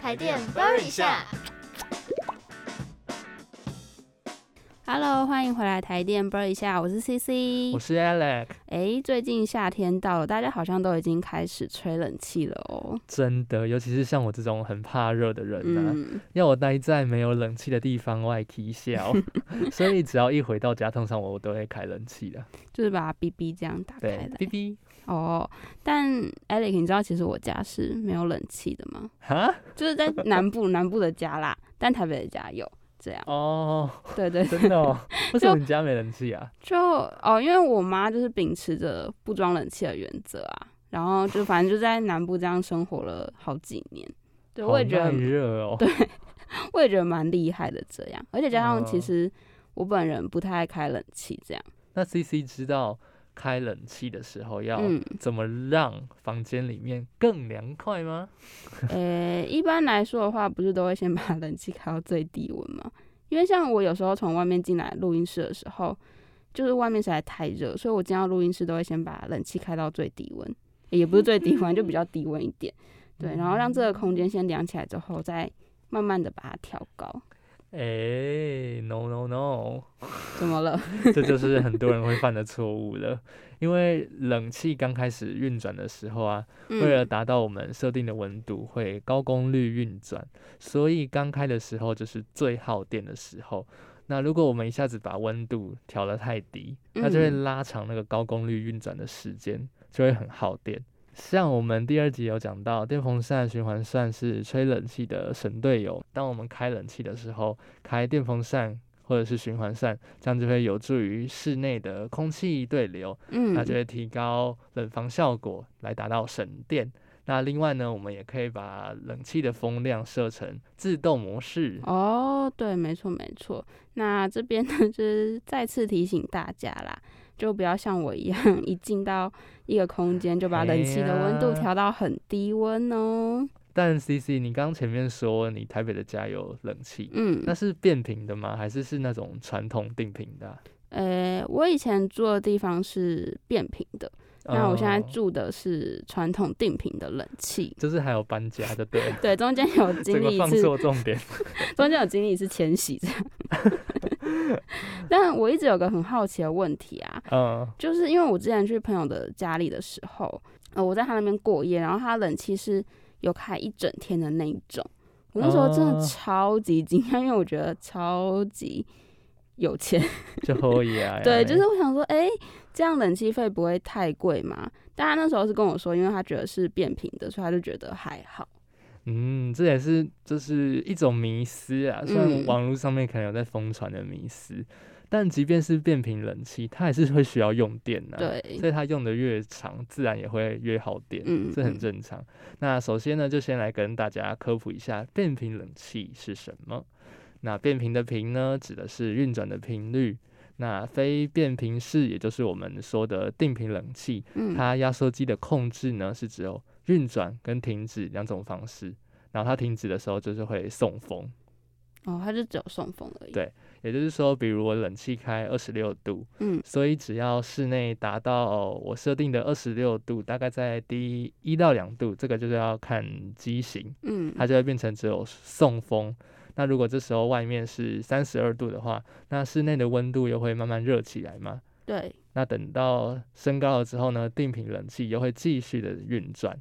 台电 Burn 一下。 Hello，欢迎回来台电 Burn 一下，我是 CC 我。是 Alex，哎，最近夏天到了，大家好像都已经开始吹冷气了哦。真的，尤其是像我这种很怕热的人啊，嗯，要我待在没有冷气的地方外 踢笑， 所以只要一回到家，通常我都会开冷气的。就是把 BB 这样打开对来，。哔哔，哦，但 Alex，你知道其实我家是没有冷气的吗？哈，就是 在南部南部的家啦，但台北的家有。这样，哦，对 对，真 的哦，为什么你家没冷气啊？就哦，因为我妈就是秉持着不装冷气的原则啊，然后就反正就在南部这样生活了好几年，对，好我也觉耐得热哦，我也觉得蛮厉害的这样，而且加上其哦实我本人不太爱开冷气这样，那 CC 知道开冷气的时候要嗯，怎么让房间里面更凉快吗？呃，一般来说的话，不是都会先把冷气开到最低温吗？因为像我有时候从外面进来录音室的时候，就是外面实在太热，所以我进到录音室都会先把冷气开到最低温，也不是最低温，就比较低温一 点，对，然后让这个空间先凉起来之后，再慢慢的把它调高。哎、n o no no，怎么了？ 这就是很多人会犯的错误了。因为冷气刚开始运转的时候啊，为了嗯，达到我们设定的温度，会高功率运转，所以刚开的时候就是最耗电的时候。那如果我们一下子把温度调得太低，它就会嗯拉长那个高功率运转的时间，就会很耗电。像我们第二集有讲到，电风扇循环扇是吹冷气的神队友。当我们开冷气的时候，开电风扇或者是循环扇，这样就会有助于室内的空气对流，嗯，那就会提高冷房效果，来达到省电。那另外呢，我们也可以把冷气的风量设成自动模式。哦，对，没错没错。那这边呢，就是再次提醒大家啦，就不要像我一样，一进到一个空间就把冷气的温度哎呀调到很低温哦。但 C C，你刚刚前面说你台北的家有冷气，嗯那，是变频的吗？还是是那种传统定频的啊、呃，我以前住的地方是变频的，那我现在哦住的是传统定频的冷气。就是还有搬家的，对 了对，中间有这经个历一放次错重点。中间有经历一次迁徙这样。 但我一直有个很好奇的问题啊，嗯，就是因为我之前去朋友的家里的时候，呃，我在他那边过夜，然后他冷气是有开一整天的那一种。我那时候真的哦超级惊讶， 因为我觉得超级有钱。，就后也啊 对，就是我想说，哎、这样冷气费不会太贵吗？但他那时候是跟我说，因为他觉得是变频的，所以他就觉得还好。嗯，这也是就是一种迷思啊，虽然嗯网络上面可能有在疯传的迷思，但即便是变频冷气，它还是会需要用电啊呐、，对，嗯所以它用的越长，自然也会越耗电，嗯这很嗯正常。那首先呢，就先来跟大家科普一下变频冷气是什么。那变频的频呢，指的是运转的频率。那非变频式，也就是我们说的定频冷气，嗯，它压缩机的控制呢是只有运转跟停止两种方式，然后它停止的时候就是会送风，哦，他就只有送风而已。对也就是说，比如我冷气开二十六度，嗯所以只要室内达到我设定的二十六度，大概在低一到两度，这个就是要看机型，嗯，它就会变成只有送风。那如果这时候外面是三十二度的话，那室内的温度又会慢慢热起来嘛，对，那等到升高了之后呢，定频冷气又会继续的运转，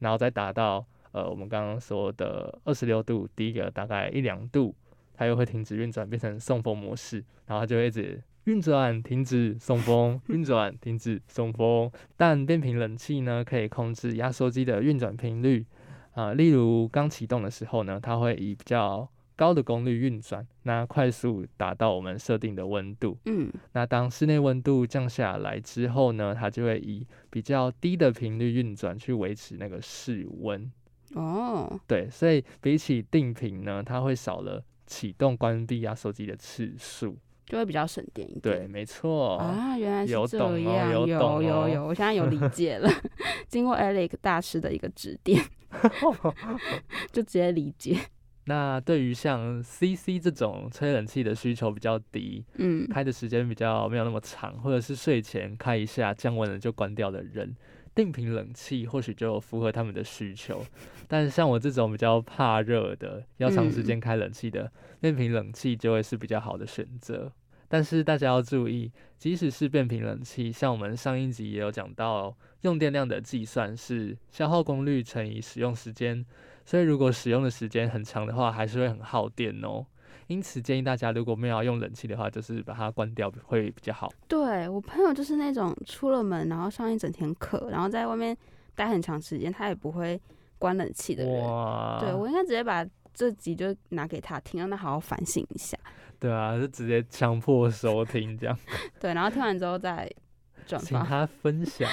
然后再达到呃我们刚刚说的二十六度，第一个大概一两度，它又会停止运转，变成送风模式，然后它就会一直运转停止送风，运转停止送风。但变频冷气呢，可以控制压缩机的运转频率，啊、例如刚启动的时候呢，它会以比较高的功率运转，那快速达到我们设定的温度。嗯那当室内温度降下来之后呢，它就会以比较低的频率运转去维持那个室温。哦，对，所以比起定频呢，它会少了启动、关闭压缩机的次数。就会比较省电一点。对，没错。啊，原来是哦有这懂哦样，有有懂有哦有我现在有 理解了。 经过 Alex 大师的一个指点， 就直接理解。那对于像 CC 这种吹冷气的需求比较低，嗯，开的时间比较没有那么长，或者是睡前开一下降温了就关掉的人，定频冷气或许就符合他们的需求，但是像我这种比较怕热的，要长嗯时间开冷气的，变频冷气就会是比较好的选择。但是大家要注意，即使是变频冷气，像我们上一集也有讲到，用电量的计算是消耗功率乘以使用时间，所以如果使用的时间很长的话，还是会很耗电哦。因此建议大家，如果没有要用冷气的话，就是把它关掉会比较好。对我朋友就是那种出了门，然后上一整天课，然后在外面待很长时间，他也不会关冷气的人。哇，对我应该直接把这集就拿给他听，让他好好反省一下。对啊，就直接强迫收听这样。对，然后听完之后再转请发。他分享、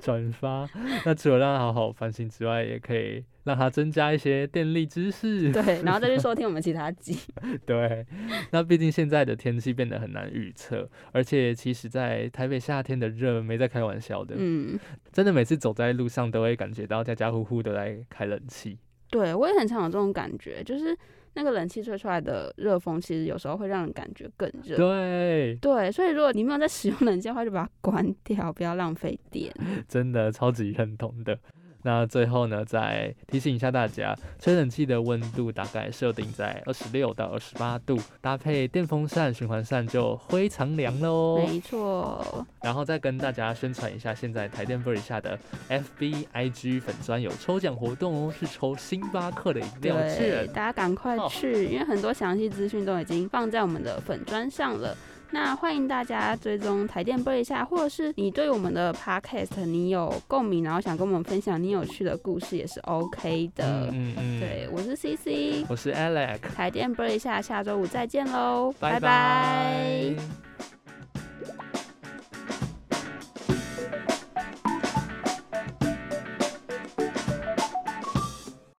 转发。那除了让他好好反省之外，也可以让他增加一些电力知 识。对，然后再去收听我们其他 集。对，那毕竟现在的天气变得很难预测，而且其实，在台北夏天的热没在开玩笑的，嗯，真的每次走在路上都会感觉到家家户户都在开冷气。对我也很常有这种感觉，就是那个冷气吹出来的热风，其实有时候会让人感觉更热。对，对，所以如果你没有在使用冷气的话，就把它关掉，不要浪费电。真的超级认同的。那最后呢，再提醒一下大家，吹冷气的温度大概设定在二十六到二十八度，搭配电风扇、循环扇就非常凉喽。没错，然后再跟大家宣传一下，现在台电 b i r 下的 FB、IG 粉砖有抽奖活动哦，是抽星巴克的饮料对券，。大家赶快哦去，因为很多详细资讯都已经放在我们的粉砖上了。那欢迎大家追踪台电播一下，或者是你对我们的 podcast 你有共鸣，然后想跟我们分享你有趣的故事也是 OK 的。嗯嗯，对，我是 CC，我是 Alex，台电播一下，下周五再见喽，拜拜拜拜